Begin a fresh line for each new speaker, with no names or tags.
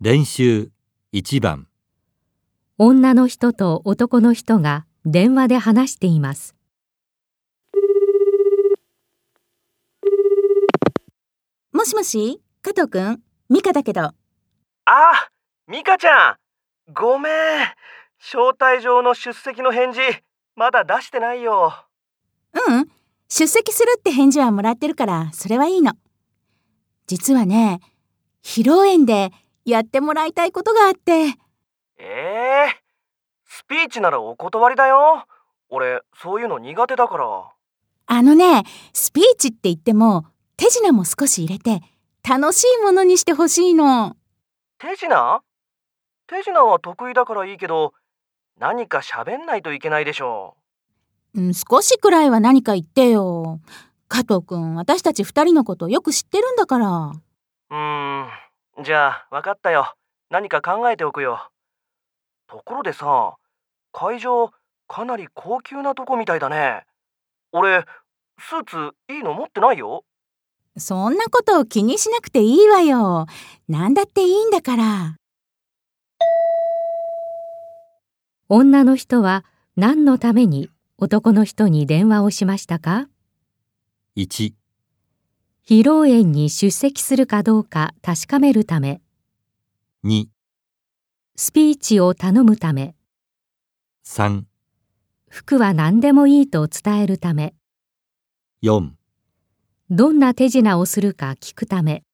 練習1番
女の人と男の人が電話で話しています。
もしもし加藤くんミカだけど
あ、ミカちゃん。ごめん。招待状の出席の返事、まだ出してないよ。
ううん出席するって返事はもらってるからそれはいいの実はね披露宴でやってもらいたいことがあって
ええスピーチならお断りだよ。俺、そういうの苦手だから。
あのねスピーチって言っても手品も少し入れて楽しいものにしてほしいの
手品手品は得意だからいいけど、何か喋んないといけないでしょ
うん少しくらいは何か言ってよ加藤くん私たち二人のことよく知ってるんだから
う。うーん、じゃあ、わかったよ。何か考えておくよ。ところでさ、会場、かなり高級なとこみたいだね。俺、スーツいいの持ってないよ。
そんなことを気にしなくていいわよ。なんだっていいんだから。
女の人は何のために男の人に電話をしましたか
1
披露宴に出席するかどうか確かめるため、
2
スピーチを頼むため、
3
服は何でもいいと伝えるため、
4
どんな手品をするか聞くため。